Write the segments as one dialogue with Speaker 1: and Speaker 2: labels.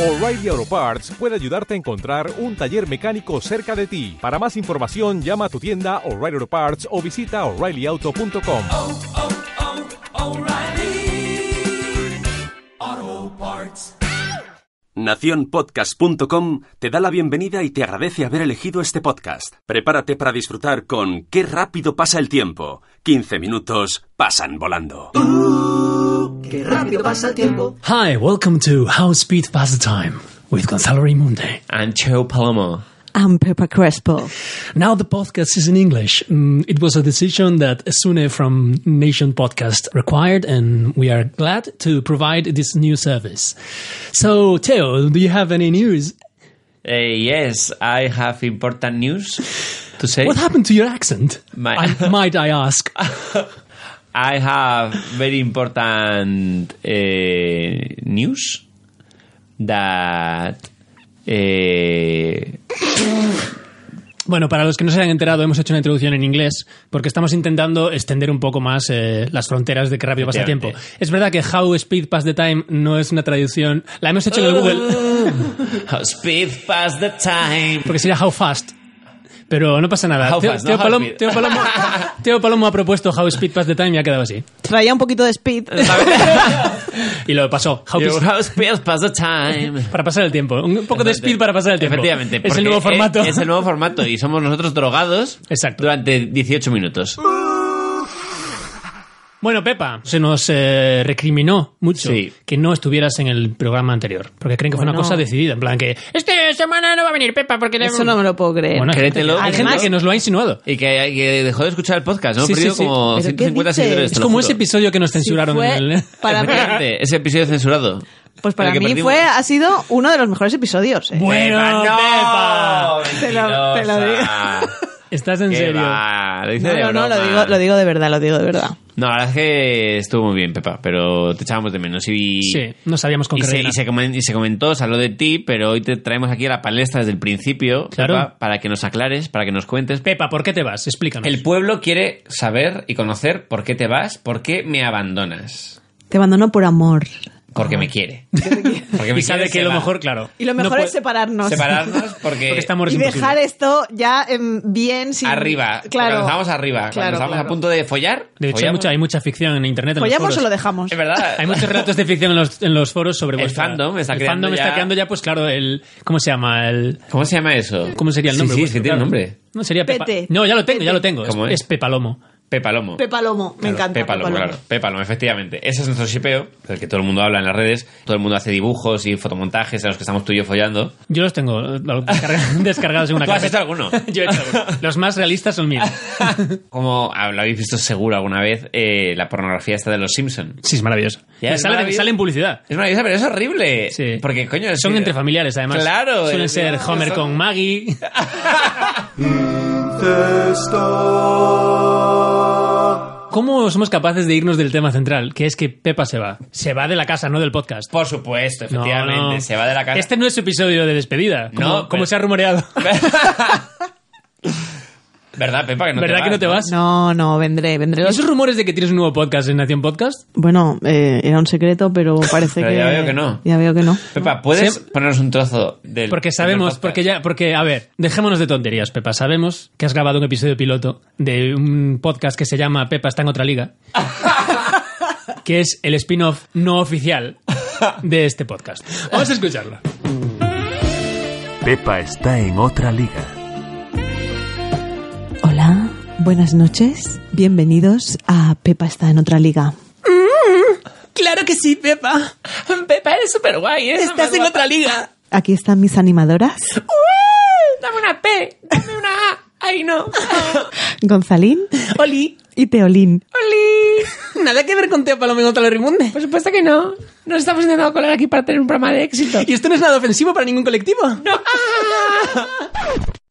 Speaker 1: O'Reilly Auto Parts puede ayudarte a encontrar un taller mecánico cerca de ti. Para más información, llama a tu tienda O'Reilly Auto Parts o visita oreillyauto.com.
Speaker 2: oh, oh, O'Reilly. Auto Parts.
Speaker 3: Naciónpodcast.com te da la bienvenida y te agradece haber elegido este podcast. Prepárate para disfrutar con Qué rápido pasa el tiempo. 15 minutos pasan volando.
Speaker 4: Qué rápido pasa el tiempo.
Speaker 5: Hi, welcome to How Speed Pass the Time with Gonzalo Raimunde.
Speaker 6: and Cho Palomo.
Speaker 7: I'm Peppa Crespo.
Speaker 5: Now the podcast is in English. Mm, it was a decision that Sune from Nation Podcast required, and we are glad to provide this new service. So, Theo, do you have any news?
Speaker 6: Uh, yes, I have important news to say.
Speaker 5: What happened to your accent?
Speaker 6: My-
Speaker 5: I, might I ask?
Speaker 6: I have very important uh, news that. eh,
Speaker 5: Bueno, para los que no se hayan enterado, hemos hecho una introducción en inglés porque estamos intentando extender un poco más eh, las fronteras de qué rápido pasa el tiempo.
Speaker 6: Efectivamente.
Speaker 5: Es verdad que How Speed Pass the Time no es una traducción. La hemos hecho en
Speaker 6: Ah.
Speaker 5: el Google.
Speaker 6: how speed past the time.
Speaker 5: Porque sería How Fast. Pero no pasa nada.
Speaker 6: How
Speaker 5: Teo,
Speaker 6: fast,
Speaker 5: Teo
Speaker 6: no how
Speaker 5: Palom-
Speaker 6: speed.
Speaker 5: Teo Palomo, Teo Palomo ha propuesto How Speed Pass the Time y ha quedado así.
Speaker 7: Traía un poquito de speed.
Speaker 5: Y lo pasó. How
Speaker 6: You-
Speaker 5: Pis-
Speaker 6: How speed past the time.
Speaker 5: para pasar el tiempo. Un poco de speed para pasar el tiempo.
Speaker 6: Efectivamente.
Speaker 5: Es
Speaker 6: porque
Speaker 5: el nuevo formato.
Speaker 6: Es, es el nuevo formato y somos nosotros drogados
Speaker 5: Exacto.
Speaker 6: durante 18 minutos.
Speaker 5: Bueno, Pepa, se nos eh, recriminó mucho
Speaker 6: Sí.
Speaker 5: que no estuvieras en el programa anterior. Porque creen que fue una
Speaker 7: Bueno.
Speaker 5: cosa decidida. En plan que, esta semana no va a venir Pepa porque... le-".
Speaker 7: Eso no me lo puedo creer.
Speaker 5: Bueno, hay gente-
Speaker 6: créetelo.
Speaker 5: Hay gente
Speaker 7: Eh, Además-
Speaker 5: que nos lo ha insinuado.
Speaker 6: Y que, que dejó de escuchar el podcast, ¿no?
Speaker 5: Sí,
Speaker 6: He perdido
Speaker 5: sí, sí.
Speaker 6: como
Speaker 7: ¿Pero qué
Speaker 6: 150
Speaker 7: dices?
Speaker 6: seguidores. te
Speaker 5: Es
Speaker 6: lo
Speaker 5: como
Speaker 6: juro.
Speaker 5: ese episodio que nos
Speaker 7: Si
Speaker 5: censuraron
Speaker 7: fue-
Speaker 5: en el...
Speaker 7: para mí,
Speaker 6: Efectivamente, ese episodio censurado.
Speaker 7: pues para
Speaker 6: En el que
Speaker 7: mí
Speaker 6: perdimos-
Speaker 7: fue, ha sido uno de los mejores episodios. ¿eh?
Speaker 5: Bueno, Pepa.
Speaker 7: Te lo- te lo digo.
Speaker 6: Mentirosa.
Speaker 5: Estás en
Speaker 6: ¿Qué
Speaker 5: serio.
Speaker 6: va? Lo dice de
Speaker 7: no, no, no, lo
Speaker 6: broma.
Speaker 7: digo, lo digo de verdad, lo digo de verdad.
Speaker 6: No, la verdad es que estuvo muy bien, Pepa, pero te echábamos de menos. Y,
Speaker 5: Sí, no sabíamos con
Speaker 6: y
Speaker 5: qué
Speaker 6: se,
Speaker 5: rellenar.
Speaker 6: y se comen- y se comentó, se habló de ti, pero hoy te traemos aquí a la palestra desde el principio,
Speaker 5: Claro.
Speaker 6: Pepa, para que nos aclares, para que nos cuentes.
Speaker 5: Pepa, ¿por qué te vas? Explícanos.
Speaker 6: El pueblo quiere saber y conocer por qué te vas, por qué me abandonas.
Speaker 7: Te abandono por amor.
Speaker 6: Porque me quiere. Porque me
Speaker 5: y sabe
Speaker 6: quiere,
Speaker 5: que
Speaker 6: se
Speaker 5: lo
Speaker 6: va.
Speaker 5: mejor, claro.
Speaker 7: Y lo mejor
Speaker 5: no
Speaker 7: es
Speaker 5: puede-
Speaker 7: separarnos.
Speaker 6: separarnos porque,
Speaker 5: Porque está amor es
Speaker 7: y
Speaker 5: imposible.
Speaker 7: dejar esto ya em, bien sin...
Speaker 6: arriba.
Speaker 7: Claro.
Speaker 6: Cuando estábamos arriba.
Speaker 7: Claro,
Speaker 6: cuando estábamos
Speaker 7: claro. Pues
Speaker 6: a punto de follar.
Speaker 5: De hecho, hay
Speaker 6: follamos.
Speaker 5: mucha, hay mucha ficción en internet. En los
Speaker 7: Follamos
Speaker 5: foros.
Speaker 7: o lo dejamos.
Speaker 6: Es verdad.
Speaker 5: Hay muchos relatos de ficción en los, en los foros sobre
Speaker 6: El
Speaker 5: vuestra-
Speaker 6: fandom está
Speaker 5: el
Speaker 6: creando
Speaker 5: fandom está
Speaker 6: ya-
Speaker 5: creando ya, pues claro, el. ¿Cómo se llama? El,
Speaker 6: ¿Cómo se llama eso?
Speaker 5: ¿Cómo sería el nombre?
Speaker 6: Sí, sí, es
Speaker 5: vuestro?
Speaker 6: que tiene
Speaker 5: Claro.
Speaker 6: nombre.
Speaker 5: No, sería Pepa.
Speaker 7: Pete.
Speaker 5: No, ya lo tengo, ya lo tengo.
Speaker 6: ¿Cómo
Speaker 5: es?
Speaker 6: es?
Speaker 5: Pepalomo.
Speaker 6: Pepalomo.
Speaker 7: Pepalomo, me encanta.
Speaker 6: Pepalomo, claro. Pepalomo, efectivamente. Ese es nuestro shipeo, del que todo el mundo habla en las redes. Todo el mundo hace dibujos y fotomontajes en los que estamos tú y yo follando.
Speaker 5: Yo los tengo eh, descarga- descargados en una
Speaker 6: ¿Tú has hecho
Speaker 5: carpeta.
Speaker 6: alguno?
Speaker 5: Yo he hecho algunos. Los más realistas son míos.
Speaker 6: Como ah, lo habéis visto seguro alguna vez, eh, la pornografía está de los Simpsons.
Speaker 5: Sí, es maravilloso.
Speaker 6: Ya,
Speaker 5: Me
Speaker 6: es
Speaker 5: sale,
Speaker 6: maravilloso.
Speaker 5: sale en publicidad.
Speaker 6: Es maravillosa, pero es horrible.
Speaker 5: Sí.
Speaker 6: Porque, coño, es
Speaker 5: Son
Speaker 6: que-
Speaker 5: entre familiares, además.
Speaker 6: Claro. eh,
Speaker 5: Suelen
Speaker 6: es-
Speaker 5: ser Homer
Speaker 6: son-
Speaker 5: con Maggie. ¿Cómo somos capaces de irnos del tema central? Que es que Pepa se va. Se va de la casa, no del podcast.
Speaker 6: Por supuesto,
Speaker 5: No,
Speaker 6: efectivamente.
Speaker 5: no.
Speaker 6: Se va de la casa.
Speaker 5: Este no es su episodio de despedida. Como,
Speaker 6: No,
Speaker 5: como
Speaker 6: pero-
Speaker 5: se ha rumoreado.
Speaker 6: ¿Verdad, Pepa? Que no
Speaker 5: ¿Verdad
Speaker 6: te vas,
Speaker 5: que no te vas?
Speaker 7: No, no, vendré, vendré. los-
Speaker 5: ¿Esos rumores de que tienes un nuevo podcast en Nación Podcast?
Speaker 7: Bueno, eh, era un secreto, pero parece
Speaker 6: Pero
Speaker 7: que...
Speaker 6: ya veo que no.
Speaker 7: Ya veo que no.
Speaker 6: Pepa, ¿puedes
Speaker 5: Sí.
Speaker 6: ponernos un trozo del.
Speaker 5: Porque
Speaker 6: del
Speaker 5: sabemos,
Speaker 6: podcast?
Speaker 5: porque ya, porque, a ver, dejémonos de tonterías, Pepa. Sabemos que has grabado un episodio piloto de un podcast que se llama Pepa está en otra liga, que es el spin-off no oficial de este podcast. Vamos a escucharlo.
Speaker 8: Pepa está en otra liga.
Speaker 7: Hola, buenas noches. Bienvenidos a Pepa está en otra liga.
Speaker 5: Claro que sí, Pepa. Pepa, eres súper guay. Estás en otra liga.
Speaker 7: Aquí están mis animadoras,
Speaker 5: Dame una P, dame una A. Ay, no.
Speaker 7: Gonzalín
Speaker 5: Oli.
Speaker 7: y Teolín.
Speaker 5: Oli. Nada que ver con Teo Palomino Rimunde. Por supuesto que no. Nos estamos intentando colar aquí para tener un programa de éxito. Y esto no es nada ofensivo para ningún colectivo. No.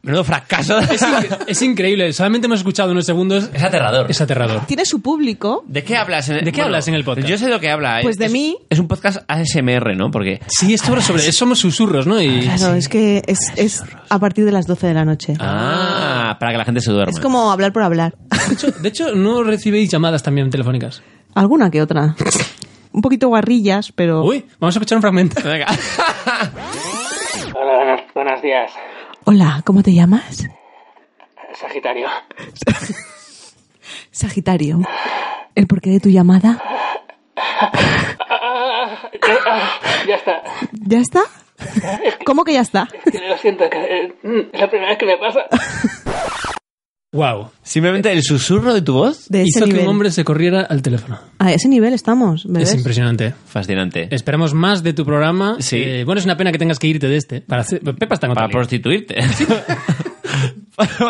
Speaker 6: Menudo fracaso.
Speaker 5: Es, inc- es increíble. Solamente hemos escuchado unos segundos.
Speaker 6: Es aterrador.
Speaker 5: Es aterrador.
Speaker 7: Tiene su público.
Speaker 6: ¿De qué hablas en el,
Speaker 5: ¿De qué hablas en el podcast?
Speaker 6: Yo sé de lo que habla.
Speaker 7: Pues de
Speaker 6: Es-
Speaker 7: mí.
Speaker 6: Es un podcast ASMR, ¿no? Porque.
Speaker 5: Sí, es sobre, sobre- somos susurros, ¿no? Y
Speaker 7: Claro, es que es, es a partir de las 12 de la noche.
Speaker 6: Ah, para que la gente se duerma.
Speaker 7: Es como hablar por hablar.
Speaker 5: de hecho, no recibéis llamadas también telefónicas.
Speaker 7: Alguna que otra. un poquito guarrillas, pero...
Speaker 5: Uy, vamos a escuchar un fragmento.
Speaker 6: Venga.
Speaker 9: Hola, buenos, buenos días,
Speaker 7: Hola, ¿cómo te llamas?
Speaker 9: Sagitario.
Speaker 7: Sagitario. ¿El porqué de tu llamada?
Speaker 9: Ya está.
Speaker 7: ¿Ya está? ¿Cómo que ya está?
Speaker 9: Lo siento, que, eh, mm, es la primera vez que me pasa.
Speaker 5: Wow.
Speaker 6: Simplemente el susurro de tu voz.
Speaker 7: De ese
Speaker 5: Hizo que
Speaker 7: nivel.
Speaker 5: un hombre se corriera al teléfono.
Speaker 7: A ese nivel estamos, ¿ves?
Speaker 5: Es impresionante.
Speaker 6: Fascinante.
Speaker 5: Esperamos más de tu programa.
Speaker 6: Sí. Ah,
Speaker 5: Eh, bueno, es una pena que tengas que irte de este. Para hacer... Pepa está en otra
Speaker 6: Para
Speaker 5: liga.
Speaker 6: prostituirte.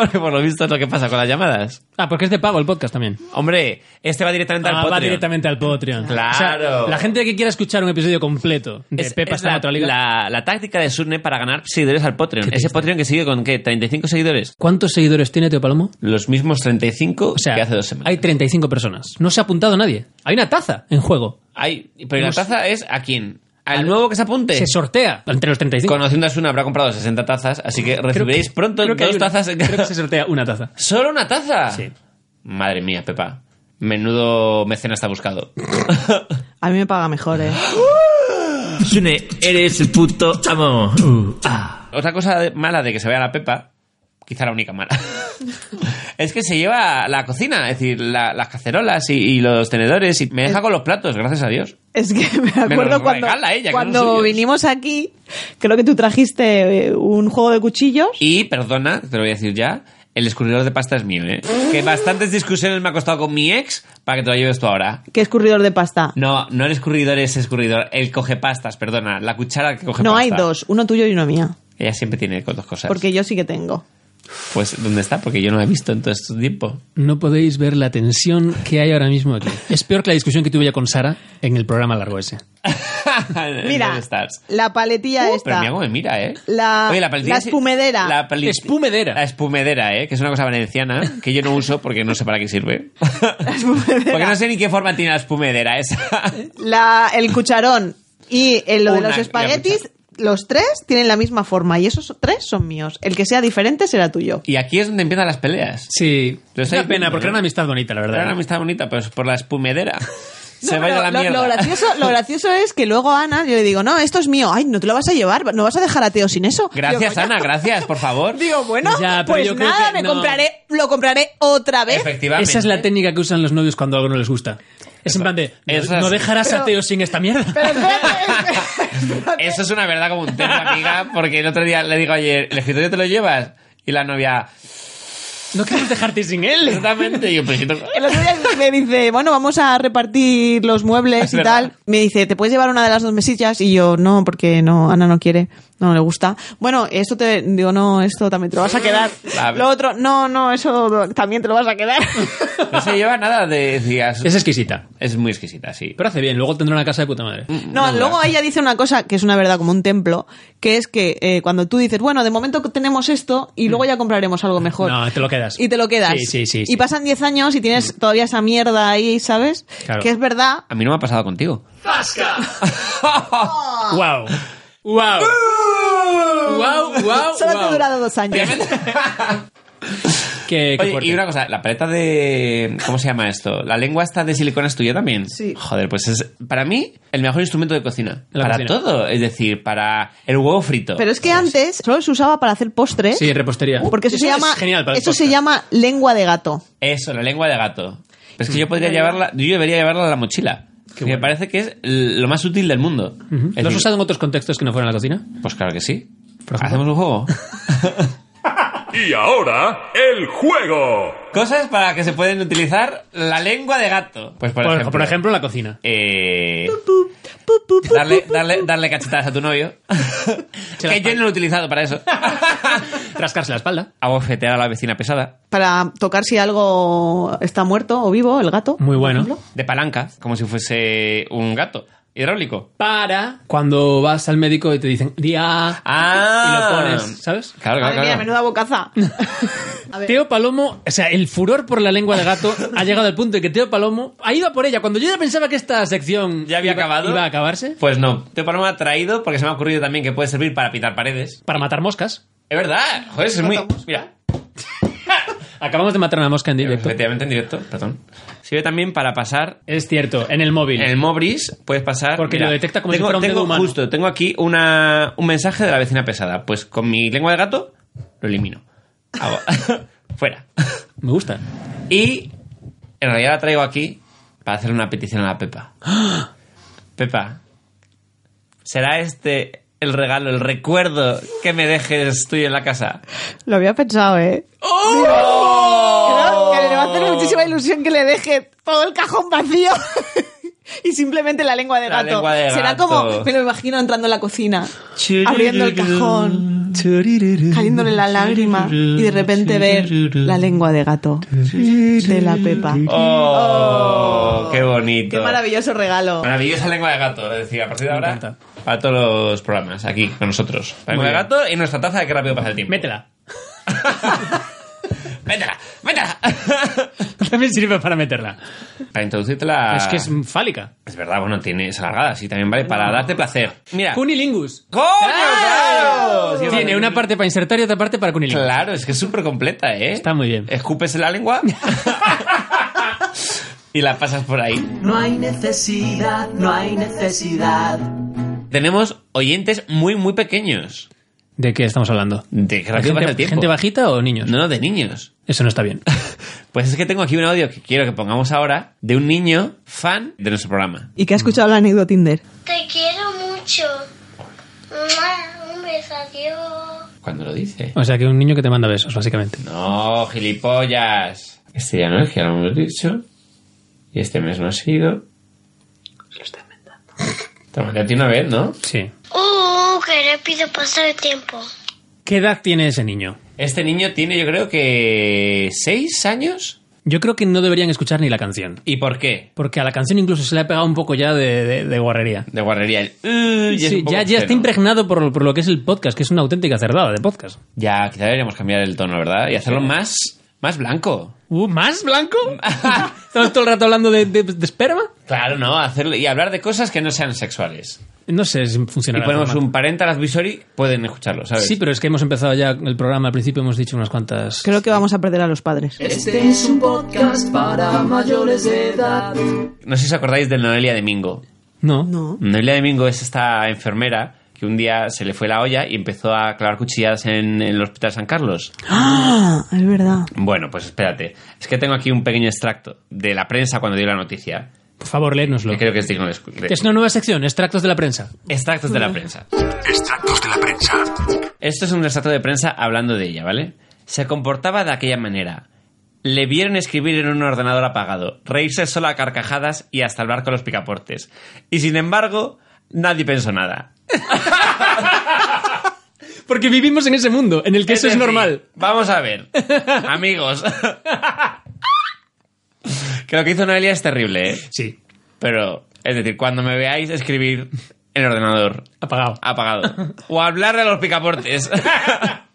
Speaker 6: Porque por lo visto es lo que pasa con las llamadas.
Speaker 5: Ah, porque es de pago el podcast también.
Speaker 6: Hombre, este va directamente al
Speaker 5: Ah, va
Speaker 6: Patreon.
Speaker 5: directamente al Patreon.
Speaker 6: Claro.
Speaker 5: O sea, la gente que quiera escuchar un episodio completo de
Speaker 6: Es,
Speaker 5: Pepa
Speaker 6: es
Speaker 5: está en
Speaker 6: la,
Speaker 5: otra liga.
Speaker 6: la- la táctica de Surne para ganar seguidores al Patreon.
Speaker 5: Qué
Speaker 6: Ese
Speaker 5: triste.
Speaker 6: Patreon que sigue con, ¿qué? ¿35 seguidores?
Speaker 5: ¿Cuántos seguidores tiene Teo Palomo?
Speaker 6: Los mismos 35
Speaker 5: O sea,
Speaker 6: que hace dos semanas.
Speaker 5: hay 35 personas. No se ha apuntado nadie. Hay una taza en juego.
Speaker 6: Ay, pero la
Speaker 5: Hemos-
Speaker 6: taza es a quién? ¿Al, nuevo que se apunte?
Speaker 5: Se sortea entre los 35.
Speaker 6: Conociendo a Sun habrá comprado 60 tazas, así que
Speaker 5: Creo que-
Speaker 6: recibiréis pronto
Speaker 5: creo que
Speaker 6: dos
Speaker 5: hay una-
Speaker 6: tazas en
Speaker 5: Creo que
Speaker 6: cada-
Speaker 5: se sortea una taza.
Speaker 6: ¿Solo una taza?
Speaker 5: Sí.
Speaker 6: Madre mía, Pepa. Menudo mecenas está buscado.
Speaker 7: A mí me paga mejor, ¿eh?
Speaker 10: Sune, eres el puto amo. Uh, ah.
Speaker 6: Otra cosa de- mala de que se vea la Pepa, quizá la única mala, es que se lleva la cocina, es decir, la- las cacerolas y, y los tenedores y me deja con los platos, gracias a Dios.
Speaker 7: Es que me
Speaker 6: Me
Speaker 7: acuerdo
Speaker 6: los
Speaker 7: cuando,
Speaker 6: regala ella, que
Speaker 7: cuando
Speaker 6: son suyos.
Speaker 7: vinimos aquí, creo que tú trajiste eh, un juego de cuchillos.
Speaker 6: Y, perdona, te lo voy a decir ya, el escurridor de pasta es mío, ¿eh? Que bastantes discusiones me ha costado con mi ex para que te lo lleves tú ahora.
Speaker 7: ¿Qué escurridor de pasta?
Speaker 6: No, no el escurridor es escurridor, el coge pastas, perdona, la cuchara que coge
Speaker 7: No,
Speaker 6: pasta.
Speaker 7: hay dos, uno tuyo y uno mía.
Speaker 6: Ella siempre tiene con dos cosas.
Speaker 7: Porque yo sí que tengo.
Speaker 6: Pues, ¿dónde está? Porque yo no la he visto en todo este tiempo.
Speaker 5: No podéis ver la tensión que hay ahora mismo aquí. Es peor que la discusión que tuve yo con Sara en el programa largo ese.
Speaker 7: Mira,
Speaker 6: ¿Dónde estás?
Speaker 7: la paletilla
Speaker 6: Uh,
Speaker 7: esta.
Speaker 6: Pero mira cómo me mira, ¿eh?
Speaker 7: La-
Speaker 6: paletilla
Speaker 7: la
Speaker 6: es-
Speaker 7: espumedera.
Speaker 6: La pali-
Speaker 5: Espumedera.
Speaker 6: La espumedera, ¿eh? Que es una cosa valenciana que yo no uso porque no sé para qué sirve. Porque no sé ni qué forma tiene la espumedera esa.
Speaker 7: La- el cucharón y el- lo de
Speaker 6: Una-
Speaker 7: los espaguetis, los tres tienen la misma forma y esos tres son míos. El que sea diferente será tuyo.
Speaker 6: Y aquí es donde empiezan las peleas.
Speaker 5: Sí.
Speaker 6: Lo
Speaker 5: Es
Speaker 6: estoy
Speaker 5: una pena,
Speaker 6: viendo,
Speaker 5: porque
Speaker 6: ¿no?
Speaker 5: era una amistad bonita, la verdad.
Speaker 6: Era una amistad bonita, pero es por la espumedera. Se
Speaker 7: No,
Speaker 6: va a ir a
Speaker 7: pero
Speaker 6: la
Speaker 7: lo,
Speaker 6: mierda.
Speaker 7: lo gracioso, lo gracioso es que luego a Ana yo le digo, no, esto es mío. Ay, no te lo vas a llevar, no vas a dejar a Teo sin eso.
Speaker 6: Gracias,
Speaker 7: Digo,
Speaker 6: Ana, gracias, por favor.
Speaker 7: Digo, bueno,
Speaker 5: Ya, pero yo
Speaker 7: pues
Speaker 5: creo
Speaker 7: nada,
Speaker 5: que
Speaker 7: me
Speaker 5: no.
Speaker 7: compraré, lo compraré otra vez.
Speaker 6: Efectivamente.
Speaker 5: Esa es la técnica que usan los novios cuando algo no les gusta. Es en plan de, no,
Speaker 6: Esa es-
Speaker 5: no dejarás a Teo sin esta mierda.
Speaker 6: Eso es una verdad como un tema, amiga, porque el otro día le digo ayer, ¿el escritorio te lo llevas? Y la novia,
Speaker 5: No queremos dejarte sin él.
Speaker 6: exactamente. Y yo, pues, si no-
Speaker 7: El otro día me dice, bueno, vamos a repartir los muebles
Speaker 6: Es
Speaker 7: y
Speaker 6: verdad.
Speaker 7: tal. Me dice, ¿te puedes llevar una de las dos mesillas? Y yo, no, porque no, Ana no quiere, no le gusta. Bueno, esto te, digo, no, esto también te lo vas a quedar.
Speaker 6: A ver.
Speaker 7: Lo otro, no, no, eso también te lo vas a quedar.
Speaker 6: No se lleva nada de días.
Speaker 5: Es exquisita.
Speaker 6: Es muy exquisita, sí.
Speaker 5: Pero hace bien, luego tendrá una casa de puta madre.
Speaker 7: No, luego ella dice una cosa que es una verdad como un templo, que es que eh, cuando tú dices, bueno, de momento tenemos esto y luego ya compraremos algo mejor.
Speaker 5: No, te lo quedas.
Speaker 7: Y te lo quedas.
Speaker 5: Sí, sí, sí, sí.
Speaker 7: Y pasan 10 años y tienes todavía esa mierda ahí, ¿sabes?
Speaker 5: Claro.
Speaker 7: Que es verdad.
Speaker 6: A mí no me ha pasado contigo.
Speaker 5: ¡Wow! ¡Wow! ¡Wow! ¡Wow!
Speaker 7: Solo te ha
Speaker 5: wow.
Speaker 7: durado dos años.
Speaker 5: Qué- qué
Speaker 6: Oye,
Speaker 5: fuerte.
Speaker 6: y una cosa, la paleta de... ¿Cómo se llama esto? ¿La lengua esta de silicona es tuya también?
Speaker 7: Sí.
Speaker 6: Joder, pues es para mí el mejor instrumento de cocina.
Speaker 5: La
Speaker 6: para
Speaker 5: cocina.
Speaker 6: todo. Es decir, para el huevo frito.
Speaker 7: Pero es que antes solo se usaba para hacer postres.
Speaker 5: Sí, repostería.
Speaker 7: Porque eso, se
Speaker 5: es
Speaker 7: llama,
Speaker 5: Genial para el
Speaker 7: eso se
Speaker 5: podcast.
Speaker 7: llama lengua de gato.
Speaker 6: Eso, la lengua de gato. Pero es
Speaker 5: Mm.
Speaker 6: que yo podría llevarla... Yo debería llevarla a la mochila. Que me parece que es lo más útil del mundo.
Speaker 5: Ujú.
Speaker 6: Es
Speaker 5: ¿Lo has
Speaker 6: decir,
Speaker 5: usado en otros contextos que no fueran la cocina?
Speaker 6: Pues claro que sí.
Speaker 5: Por ejemplo.
Speaker 6: ¿Hacemos un juego?
Speaker 1: Y ahora, el juego.
Speaker 6: Cosas para que se pueden utilizar la lengua de gato. Pues por,
Speaker 5: Por,
Speaker 6: ejemplo...
Speaker 5: por ejemplo, la cocina.
Speaker 6: eh,
Speaker 7: Pu, pu, pu, pu,
Speaker 6: darle,
Speaker 7: pu, pu.
Speaker 6: darle, darle cachetadas a tu novio.
Speaker 5: las
Speaker 6: que yo no lo he utilizado para eso.
Speaker 5: Rascarse la espalda.
Speaker 6: Abofetear a la vecina pesada.
Speaker 7: Para tocar si algo está muerto o vivo, el gato.
Speaker 5: Muy
Speaker 7: por
Speaker 5: bueno.
Speaker 7: ejemplo.
Speaker 6: De palanca, como si fuese un gato hidráulico.
Speaker 5: Para cuando vas al médico y te dicen día
Speaker 6: Ah.
Speaker 5: y lo pones, ¿sabes?
Speaker 6: Claro, claro,
Speaker 7: Madre mía,
Speaker 6: claro.
Speaker 7: menuda bocaza. A ver.
Speaker 5: Teo Palomo, o sea, el furor por la lengua de gato ha llegado al punto de que Teo Palomo ha ido a por ella. Cuando yo ya pensaba que esta sección
Speaker 6: ¿Ya había
Speaker 5: iba-
Speaker 6: acabado?
Speaker 5: iba a acabarse
Speaker 6: Pues no. Te Paloma ha traído porque se me ha ocurrido también que puede servir para pitar paredes.
Speaker 5: para matar moscas.
Speaker 6: Es verdad. Joder, es muy... Mira.
Speaker 5: Acabamos de matar una mosca en directo.
Speaker 6: Efectivamente, en directo, perdón. Sirve también para pasar.
Speaker 5: Es cierto, en el móvil.
Speaker 6: En el Mobris puedes pasar.
Speaker 5: Porque lo detecta como si
Speaker 6: tengo,
Speaker 5: fuera un
Speaker 6: tengo
Speaker 5: dedo humano.
Speaker 6: Justo, tengo aquí una, un mensaje de la vecina pesada. Pues con mi lengua de gato lo elimino. Hago- Fuera.
Speaker 5: Me gusta.
Speaker 6: Y en realidad la traigo aquí para hacer una petición a la Pepa. Pepa, ¿será este el regalo, el recuerdo que me dejes tú en la casa?
Speaker 7: Lo había pensado, ¿eh? Creo que le va a hacer muchísima ilusión que le deje todo el cajón vacío. Y simplemente la lengua de
Speaker 6: La
Speaker 7: gato.
Speaker 6: lengua de
Speaker 7: Será
Speaker 6: gato.
Speaker 7: como, me lo imagino entrando en la cocina, abriendo el cajón, cayéndole la lágrima y de repente ver la lengua de gato de la Pepa.
Speaker 6: ¡Oh! ¡Qué bonito!
Speaker 7: Qué maravilloso regalo.
Speaker 6: Maravillosa lengua de gato, es decir, a partir de ahora,
Speaker 5: encanta.
Speaker 6: para todos los programas, aquí con nosotros. La lengua de
Speaker 5: bien.
Speaker 6: gato y nuestra taza de que rápido pasa el tiempo.
Speaker 5: Métela.
Speaker 6: ¡Métela! ¡Métela!
Speaker 5: También sirve para meterla.
Speaker 6: para introducírtela.
Speaker 5: Es que es fálica.
Speaker 6: Es verdad, bueno, tiene, es alargada, sí, también vale para darte placer. Mira.
Speaker 5: Cunilingus.
Speaker 6: ¡Coño, claro! Sí,
Speaker 5: Tiene
Speaker 6: vale.
Speaker 5: una parte para insertar y otra parte para cunilingus.
Speaker 6: Claro, es que es súper completa, ¿eh?
Speaker 5: Está muy bien.
Speaker 6: Escupes en la lengua y la pasas por ahí.
Speaker 4: No hay necesidad, no hay necesidad.
Speaker 6: Tenemos oyentes muy, muy pequeños.
Speaker 5: ¿De qué estamos hablando?
Speaker 6: De que rápido pasa el
Speaker 5: ¿Gente,
Speaker 6: tiempo.
Speaker 5: gente bajita o niños?
Speaker 6: No, no, de niños.
Speaker 5: Eso no está bien.
Speaker 6: Pues es que tengo aquí un audio que quiero que pongamos ahora de un niño fan de nuestro programa.
Speaker 7: Y que ha escuchado la anécdota Tinder.
Speaker 11: Te quiero mucho. Mua, Un beso, adiós.
Speaker 6: Cuando lo dice.
Speaker 5: O sea, que un niño que te manda besos, básicamente.
Speaker 6: No, gilipollas. Este ya no es, que ya lo hemos dicho. Y este mes no ha sido. Se lo está inventando. Te lo mandé a ti una vez, ¿no?
Speaker 5: Sí.
Speaker 11: Uh, que rápido pasa el tiempo.
Speaker 5: ¿Qué edad tiene ese niño?
Speaker 6: Este niño tiene, yo creo que. ¿Seis años?
Speaker 5: Yo creo que no deberían escuchar ni la canción.
Speaker 6: ¿Y por qué?
Speaker 5: Porque a la canción incluso se le ha pegado un poco ya de, de- de guarrería.
Speaker 6: De guarrería. el, "Uh", y es
Speaker 5: Sí,
Speaker 6: un poco
Speaker 5: ya, ya está
Speaker 6: obsceno.
Speaker 5: impregnado por, por lo que es el podcast, que es una auténtica cerdada de podcast.
Speaker 6: Ya, quizá deberíamos cambiar el tono, ¿verdad? Y hacerlo más. más blanco.
Speaker 5: Uh, ¿Más blanco? ¿Estamos todo el rato hablando de, de- de esperma?
Speaker 6: Claro, no, hacerlo y hablar de cosas que no sean sexuales.
Speaker 5: No sé si
Speaker 6: Y
Speaker 5: funcionará. el
Speaker 6: ponemos
Speaker 5: formato.
Speaker 6: un parental advisory, pueden escucharlo, ¿sabes?
Speaker 5: Sí, pero es que hemos empezado ya el programa. Al principio hemos dicho unas cuantas.
Speaker 7: Creo que vamos a perder a los padres.
Speaker 6: Eh,
Speaker 4: Este es un podcast para mayores de edad.
Speaker 6: No sé si os acordáis de Noelia de Mingo.
Speaker 5: No.
Speaker 7: No.
Speaker 6: Noelia Domingo es esta enfermera que un día se le fue la olla y empezó a clavar cuchilladas en, en el Hospital San Carlos.
Speaker 7: Ah, es verdad.
Speaker 6: Bueno, pues espérate. Es que tengo aquí un pequeño extracto de la prensa cuando dio la noticia.
Speaker 5: Por favor, léenoslo.
Speaker 6: Que creo que es digno de escu- de-
Speaker 5: Es una nueva sección, extractos de la prensa.
Speaker 6: Extractos de la prensa.
Speaker 8: Extractos de la prensa.
Speaker 6: Esto es un extracto de prensa hablando de ella, ¿vale? Se comportaba de aquella manera. Le vieron escribir en un ordenador apagado, reírse sola a carcajadas y hasta hablar con los picaportes. Y sin embargo, nadie pensó nada.
Speaker 5: Porque vivimos en ese mundo en el que eso es
Speaker 6: decir,
Speaker 5: normal.
Speaker 6: Vamos a ver. Amigos. que lo que hizo Noelia es terrible, ¿eh?
Speaker 5: Sí,
Speaker 6: Pero, es decir, cuando me veáis escribir en el ordenador
Speaker 5: apagado.
Speaker 6: Ah, apagado o hablarle a los picaportes,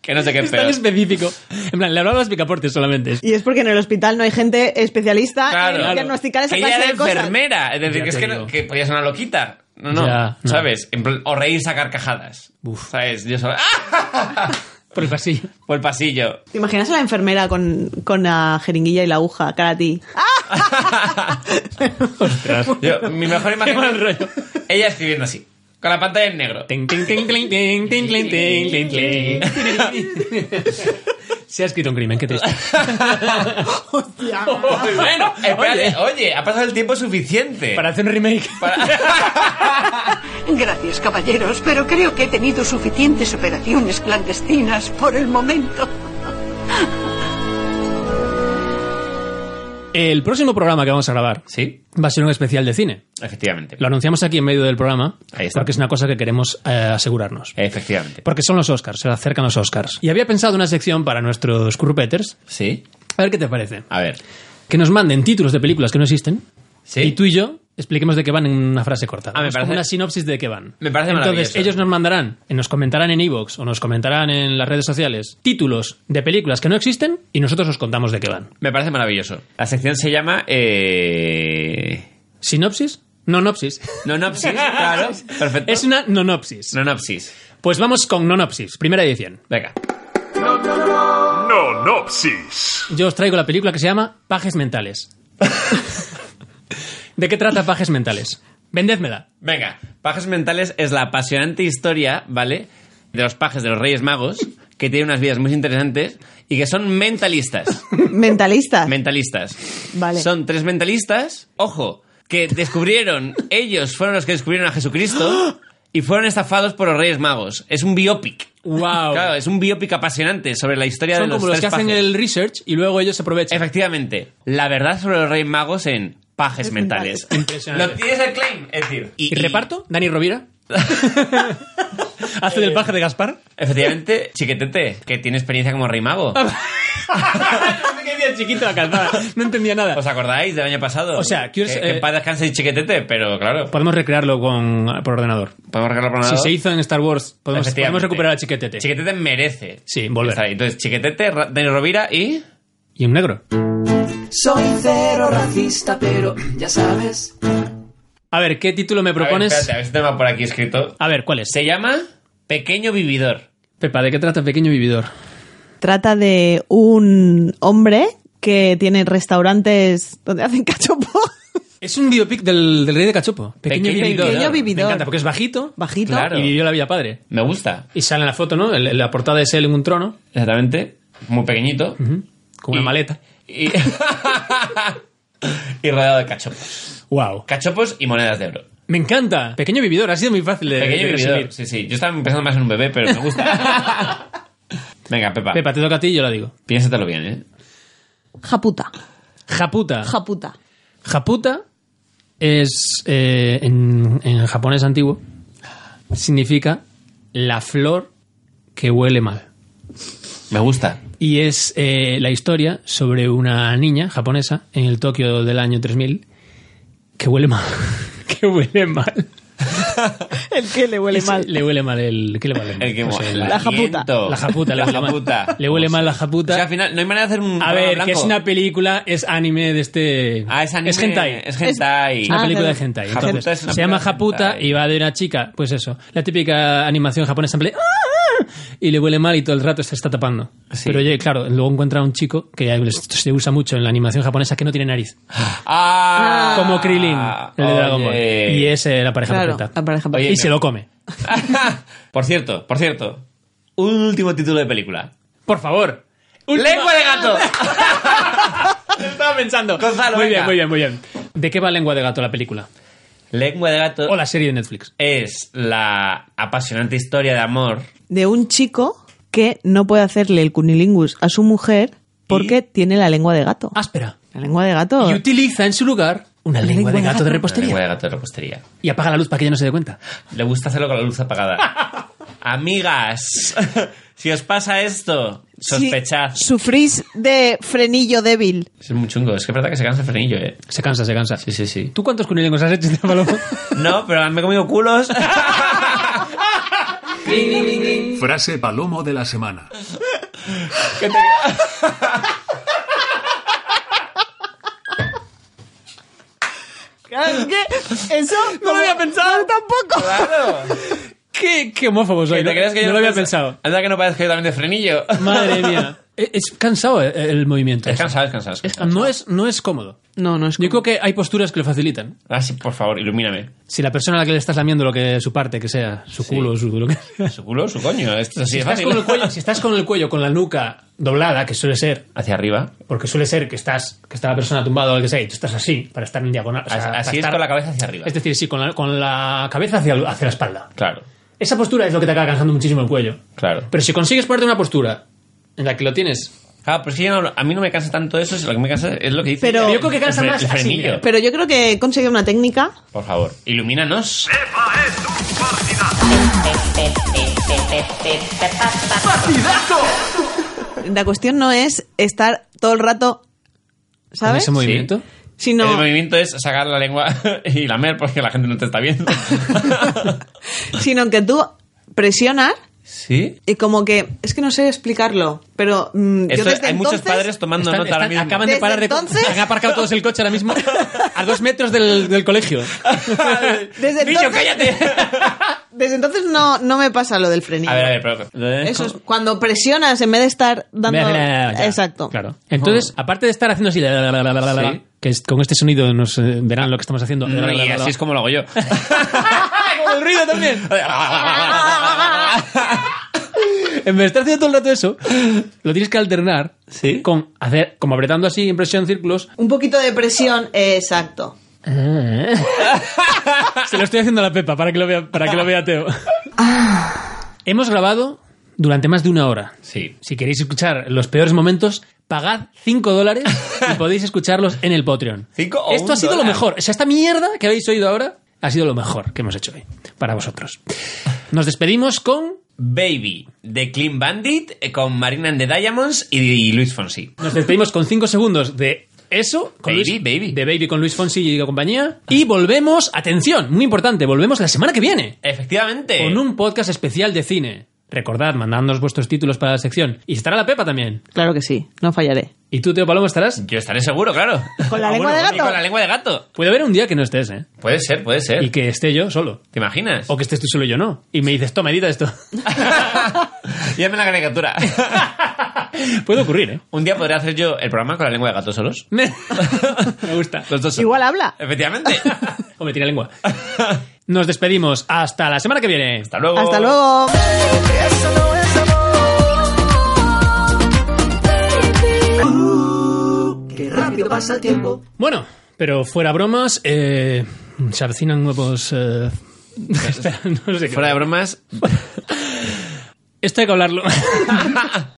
Speaker 6: que no sé qué
Speaker 5: es tan
Speaker 6: pero
Speaker 5: específico. En plan, le hablaba a los picaportes solamente.
Speaker 7: Y es porque en el hospital no hay gente especialista
Speaker 6: Claro.
Speaker 7: en diagnosticar esa
Speaker 6: Que ella
Speaker 7: clase
Speaker 6: era
Speaker 7: de cosas.
Speaker 6: enfermera, es decir,
Speaker 5: Ya
Speaker 6: que es
Speaker 5: te
Speaker 6: que, no-
Speaker 5: digo.
Speaker 6: que podía ser una loquita. No, no,
Speaker 5: Ya, no.
Speaker 6: ¿sabes? En plan, o reírse a carcajadas. ¿Sabes? Yo solo... ¡Ah!
Speaker 5: Por el pasillo.
Speaker 6: Por el pasillo.
Speaker 7: ¿Te imaginas a la enfermera con, con la jeringuilla y la aguja cara a ti? ¡Ah!
Speaker 6: Yo, mi mejor imagen...
Speaker 5: Qué mal rollo.
Speaker 6: Ella escribiendo así, con la pantalla en negro.
Speaker 5: Tin, tin, tin, tin, tin, tin, tin, tin, tin, tin. Se ha escrito un crimen, qué triste.
Speaker 7: Hostia.
Speaker 6: bueno, espérate, oye. ha pasado el tiempo suficiente.
Speaker 5: Para hacer un remake.
Speaker 4: Gracias, caballeros, pero creo que he tenido suficientes operaciones clandestinas por el momento.
Speaker 5: El próximo programa que vamos a grabar
Speaker 6: Sí,
Speaker 5: va a ser un especial de cine.
Speaker 6: efectivamente.
Speaker 5: Lo anunciamos aquí en medio del programa
Speaker 6: Ahí está.
Speaker 5: porque es una cosa que queremos eh, asegurarnos.
Speaker 6: Efectivamente.
Speaker 5: Porque son los Oscars, se acercan los Oscars. Y había pensado una sección para nuestros currupeters.
Speaker 6: Sí.
Speaker 5: A ver qué te parece.
Speaker 6: A ver.
Speaker 5: Que nos manden títulos de películas que no existen.
Speaker 6: Sí.
Speaker 5: Y tú y yo expliquemos de qué van en una frase corta.
Speaker 6: Ah, me
Speaker 5: Es
Speaker 6: parece-
Speaker 5: como una sinopsis de qué van.
Speaker 6: Me parece
Speaker 5: Entonces,
Speaker 6: maravilloso.
Speaker 5: ellos nos mandarán, eh, nos comentarán en iVoox o nos comentarán en las redes sociales títulos de películas que no existen y nosotros os contamos de qué van.
Speaker 6: Me parece maravilloso. La sección se llama... Eh...
Speaker 5: ¿Sinopsis? Nonopsis.
Speaker 6: Nonopsis, claro. Perfecto.
Speaker 5: Es una nonopsis.
Speaker 6: Nonopsis.
Speaker 5: Pues vamos con nonopsis, primera edición.
Speaker 6: Venga.
Speaker 8: No Cronopsis.
Speaker 5: Yo os traigo la película que se llama Pajes Mentales. ¿De qué trata Pajes Mentales? Vendédmela.
Speaker 6: Venga, Pajes Mentales es la apasionante historia, ¿vale? De los pajes de los Reyes Magos, que tienen unas vidas muy interesantes y que son mentalistas.
Speaker 7: Mentalistas.
Speaker 6: mentalistas.
Speaker 7: Ah. Vale.
Speaker 6: Son tres mentalistas, ojo, que descubrieron, ellos fueron los que descubrieron a Jesucristo y fueron estafados por los Reyes Magos. Es un biopic.
Speaker 5: Wow.
Speaker 6: Claro, es un biopic apasionante sobre la historia de
Speaker 5: Son
Speaker 6: los
Speaker 5: como los
Speaker 6: tres
Speaker 5: que hacen
Speaker 6: pajes.
Speaker 5: el research y luego ellos se aprovechan.
Speaker 6: Efectivamente, la verdad sobre los Reyes Magos en pajes
Speaker 7: Es
Speaker 6: mentales.
Speaker 5: Impresionante.
Speaker 6: Lo tienes el claim, es decir.
Speaker 5: ¿Y, reparto? ¿Dani Rovira? ¿Hace del
Speaker 6: Eh.
Speaker 5: paje de Gaspar?
Speaker 6: Efectivamente, chiquetete, que tiene experiencia como rey mago.
Speaker 5: no sé qué decía chiquito la calzada. No entendía nada.
Speaker 6: ¿Os acordáis del año pasado?
Speaker 5: O sea,
Speaker 6: que,
Speaker 5: quiero ser-
Speaker 6: que en
Speaker 5: eh,
Speaker 6: paz descanse chiquetete, pero claro,
Speaker 5: Podemos recrearlo con, por ordenador.
Speaker 6: podemos arreglarlo por
Speaker 5: Si se hizo en Star Wars, podemos,
Speaker 6: Efectivamente.
Speaker 5: podemos recuperar a Chiquetete.
Speaker 6: Chiquetete merece.
Speaker 5: Sí, volver.
Speaker 6: estar ahí. Entonces, chiquetete, Ra- Dani Rovira y.
Speaker 5: Y un negro.
Speaker 12: Soy cero racista, pero ya sabes.
Speaker 5: A ver, ¿qué título me propones?
Speaker 6: A ver, espérate, a ver si tengo por aquí escrito.
Speaker 5: A ver, ¿cuál es?
Speaker 6: Se llama Pequeño Vividor.
Speaker 5: Pepa, ¿de qué trata Pequeño Vividor?
Speaker 7: Trata de un hombre que tiene restaurantes donde hacen cachopo.
Speaker 5: Es un biopic del, del Rey de Cachopo. Pequeño,
Speaker 6: Pequeño
Speaker 5: Vividor.
Speaker 6: Vividor.
Speaker 5: Me encanta porque es bajito
Speaker 7: Bajito.
Speaker 6: Claro.
Speaker 5: y vivió la vida padre.
Speaker 6: Me gusta.
Speaker 5: Y sale en la foto, ¿no? El- la portada es él en un trono
Speaker 6: Exactamente. Muy pequeñito.
Speaker 5: con una
Speaker 6: Y-
Speaker 5: maleta.
Speaker 6: Y, y rodeado de cachopos.
Speaker 5: Wow.
Speaker 6: Cachopos y monedas de oro.
Speaker 5: Me encanta. Pequeño Vividor. Ha sido muy fácil de,
Speaker 6: Pequeño
Speaker 5: Eh, de
Speaker 6: vividor.
Speaker 5: resumir.
Speaker 6: Sí, sí. Yo estaba pensando más en un bebé, pero me gusta. Venga, Pepa.
Speaker 5: Pepa, te toca a ti y yo la digo.
Speaker 6: Piénsatelo bien, ¿eh?
Speaker 7: Japuta.
Speaker 5: Japuta.
Speaker 7: Japuta.
Speaker 5: Japuta es, eh, en, en japonés antiguo, significa la flor que huele mal.
Speaker 6: Me gusta.
Speaker 5: Y es eh, la historia sobre una niña japonesa en el Tokio del año 3000 que huele mal. que huele mal.
Speaker 7: El que le huele
Speaker 5: Ese-
Speaker 7: mal.
Speaker 5: Le huele mal el... ¿Qué le huele mal?
Speaker 6: El que
Speaker 5: Pues
Speaker 6: mola.
Speaker 5: el-
Speaker 7: La japuta.
Speaker 6: aliento.
Speaker 5: La japuta, le
Speaker 6: La
Speaker 5: huele mal.
Speaker 6: japuta. Pues
Speaker 5: Le huele mal la
Speaker 6: O
Speaker 5: japuta.
Speaker 6: sea, al final, no hay manera de hacer un.
Speaker 5: A
Speaker 6: programa
Speaker 5: ver,
Speaker 6: blanco.
Speaker 5: que es una película, es anime de este...
Speaker 6: Ah, es anime.
Speaker 5: Es hentai.
Speaker 6: Es hentai.
Speaker 5: Es una
Speaker 7: Ah,
Speaker 5: película
Speaker 7: claro.
Speaker 5: de hentai.
Speaker 6: Japuta
Speaker 5: Entonces,
Speaker 6: es una
Speaker 5: se llama
Speaker 6: película de
Speaker 5: Japuta
Speaker 6: hentai.
Speaker 5: y va de una chica, pues eso, la típica animación japonesa en plan, "Ah", y le huele mal y todo el rato se está tapando.
Speaker 6: Sí.
Speaker 5: Pero oye, claro, luego encuentra a un chico que esto se usa mucho en la animación japonesa que no tiene nariz,
Speaker 6: Ah,
Speaker 5: como Krillin, el de Dragon Ball.
Speaker 6: oye.
Speaker 5: Y es eh, la pareja
Speaker 7: Claro,
Speaker 5: perfecta.
Speaker 7: la pareja
Speaker 6: Oye,
Speaker 7: perfecta.
Speaker 5: y
Speaker 6: me-
Speaker 5: se lo come.
Speaker 6: por cierto, por cierto. Último título de película.
Speaker 5: Por favor.
Speaker 6: ¡Lengua de gato!
Speaker 5: Estaba pensando.
Speaker 6: Gonzalo,
Speaker 5: muy
Speaker 6: venga.
Speaker 5: bien, muy bien, muy bien. ¿De qué va Lengua de Gato la película?
Speaker 6: Lengua de gato
Speaker 5: O la serie de Netflix.
Speaker 6: es la apasionante historia de amor.
Speaker 7: De un chico que no puede hacerle el cunilingus a su mujer porque tiene la lengua de gato.
Speaker 6: Ah,
Speaker 5: Áspera.
Speaker 7: La lengua de gato.
Speaker 5: Y utiliza en su lugar una
Speaker 7: Una
Speaker 5: lengua de gato de
Speaker 6: La lengua
Speaker 5: repostería.
Speaker 6: de gato de repostería.
Speaker 5: Y apaga la luz para que ella no se dé cuenta.
Speaker 6: Le gusta hacerlo con la luz apagada. Amigas, si os pasa esto,
Speaker 7: Si
Speaker 6: sospechad.
Speaker 7: sufrís de frenillo débil.
Speaker 6: Es muy chungo. Es que es verdad que se cansa el frenillo, ¿eh?
Speaker 5: Se cansa, se cansa.
Speaker 6: Sí, sí, sí.
Speaker 5: ¿Tú cuántos cunilingos has hecho, Paloma?
Speaker 6: No, pero me he comido culos.
Speaker 8: Frase palomo de la semana.
Speaker 7: Claro, es que eso no lo había pensado tampoco.
Speaker 6: claro.
Speaker 5: ¿Qué, qué homófobo soy?
Speaker 6: ¿Te
Speaker 5: No,
Speaker 6: crees que yo
Speaker 5: no lo había
Speaker 6: pienso-
Speaker 5: pensado.
Speaker 6: Anda que no parezca yo también de frenillo.
Speaker 5: Madre mía. Es, es cansado el, el movimiento.
Speaker 6: Es cansado, es cansado. es cansado.
Speaker 5: No es, no es cómodo.
Speaker 7: No, no es
Speaker 5: Yo creo que hay posturas que lo facilitan.
Speaker 6: Ah, sí, por favor, ilumíname.
Speaker 5: Si la persona a la que le estás lamiendo lo que su parte, que sea, su culo, su lo que sea.
Speaker 6: Su culo, su coño. Esto es así
Speaker 5: Si
Speaker 6: de
Speaker 5: estás,
Speaker 6: fácil.
Speaker 5: con el cuello, si estás con el cuello, con la nuca doblada, que suele ser,
Speaker 6: Hacia arriba.
Speaker 5: porque suele ser que estás, que está la persona tumbada o lo que sea, y tú estás así, para estar en diagonal. o sea, este
Speaker 6: Así-
Speaker 5: para
Speaker 6: así es
Speaker 5: estar-
Speaker 6: con la cabeza hacia arriba.
Speaker 5: Es decir, sí, con la, con la cabeza hacia, hacia la espalda.
Speaker 6: Claro,
Speaker 5: Esa postura es lo que te acaba cansando muchísimo el cuello.
Speaker 6: claro.
Speaker 5: Pero si consigues ponerte una postura en la que lo tienes.
Speaker 6: Ah, pero es que yo no- a mí no me cansa tanto eso, es lo que me cansa es lo que dice.
Speaker 7: Pero-
Speaker 6: el-
Speaker 7: Yo
Speaker 5: creo que cansa
Speaker 6: el-
Speaker 5: más
Speaker 6: el
Speaker 5: así,
Speaker 6: frenillo.
Speaker 5: mira.
Speaker 7: Pero yo creo que he conseguido una técnica.
Speaker 6: Por favor, ilumínanos.
Speaker 7: La cuestión no es estar todo el rato,
Speaker 5: en
Speaker 7: ¿sabes?
Speaker 5: ese movimiento.
Speaker 7: Sino
Speaker 6: El movimiento es sacar la lengua y lamer porque la gente no te está viendo.
Speaker 7: sino que tú presionas
Speaker 6: ¿Sí?
Speaker 7: y como que es que no sé explicarlo, pero mm, yo
Speaker 6: Esto-
Speaker 7: desde
Speaker 6: hay muchos
Speaker 7: entonces
Speaker 6: padres tomando
Speaker 5: Están-
Speaker 6: nota ahora
Speaker 5: están-
Speaker 6: mismo.
Speaker 5: acaban de
Speaker 7: Desde
Speaker 5: parar de.
Speaker 7: entonces-
Speaker 5: Han aparcado todos el coche ahora mismo a dos metros del, del colegio.
Speaker 7: desde
Speaker 6: Niño, cállate.
Speaker 7: entonces- Desde entonces no, no me pasa lo del frenillo.
Speaker 6: A ver, a ver, pero. lo de-
Speaker 7: Eso es cuando presionas en vez de estar dando. Exacto.
Speaker 5: Claro. Entonces, aparte de estar haciendo así, la, la, la, la, la, la,
Speaker 6: Oh. Sí. Mm,
Speaker 5: que es- con este sonido nos eh, verán lo que estamos haciendo. La, la, la,
Speaker 6: Y
Speaker 5: la, la.
Speaker 6: así es como lo hago yo.
Speaker 5: el ruido también. En vez de estar haciendo todo el rato eso, lo tienes que alternar con hacer, como apretando así en presión círculos.
Speaker 7: Un poquito de presión, exacto.
Speaker 5: Se lo estoy haciendo a la Pepa para que lo vea, para que lo vea Teo. Hemos grabado durante más de una hora.
Speaker 6: Sí.
Speaker 5: Si queréis escuchar los peores momentos, pagad 5 dólares y podéis escucharlos en el Patreon.
Speaker 6: Cinco o
Speaker 5: Esto
Speaker 6: un
Speaker 5: ha sido
Speaker 6: dólar.
Speaker 5: lo mejor. O sea, esta mierda que habéis oído ahora ha sido lo mejor que hemos hecho hoy para vosotros. Nos despedimos con.
Speaker 6: Baby, de Clean Bandit, eh, con Marina and the Diamonds y, y Luis Fonsi.
Speaker 5: Nos despedimos con 5 segundos de eso. con
Speaker 6: Baby,
Speaker 5: Luis- De Baby con Luis Fonsi y compañía. Y volvemos, atención, muy importante, volvemos la semana que viene.
Speaker 6: Efectivamente.
Speaker 5: Con un podcast especial de cine. Recordad, mandadnos vuestros títulos para la sección. Y estará la Pepa también.
Speaker 7: Claro que sí, no fallaré.
Speaker 5: ¿Y tú, Teo Palomo, estarás?
Speaker 6: Yo estaré seguro, claro.
Speaker 7: Con la
Speaker 6: Ah,
Speaker 7: lengua
Speaker 6: bueno,
Speaker 7: de
Speaker 6: bueno, y
Speaker 7: gato.
Speaker 6: Con la lengua de gato.
Speaker 5: Puede haber un día que no estés, ¿eh?
Speaker 6: Puede ser, puede ser.
Speaker 5: Y que esté yo solo.
Speaker 6: ¿Te imaginas?
Speaker 5: O que estés tú solo y yo no. Y me dices, toma, edita esto.
Speaker 6: Ya me la caricatura.
Speaker 5: Puede ocurrir, ¿eh?
Speaker 6: un día podría hacer yo el programa con la lengua de gato solos.
Speaker 5: Me gusta.
Speaker 6: Los dos.
Speaker 7: Igual habla.
Speaker 6: Efectivamente.
Speaker 5: O me tira lengua. Nos despedimos. Hasta la semana que viene.
Speaker 6: Hasta luego.
Speaker 7: Hasta luego.
Speaker 12: Qué rápido pasa el tiempo.
Speaker 5: Bueno, pero fuera bromas, eh, se avecinan nuevos... eh, espera, no sé qué.
Speaker 6: Fuera de bromas,
Speaker 5: Esto hay que hablarlo.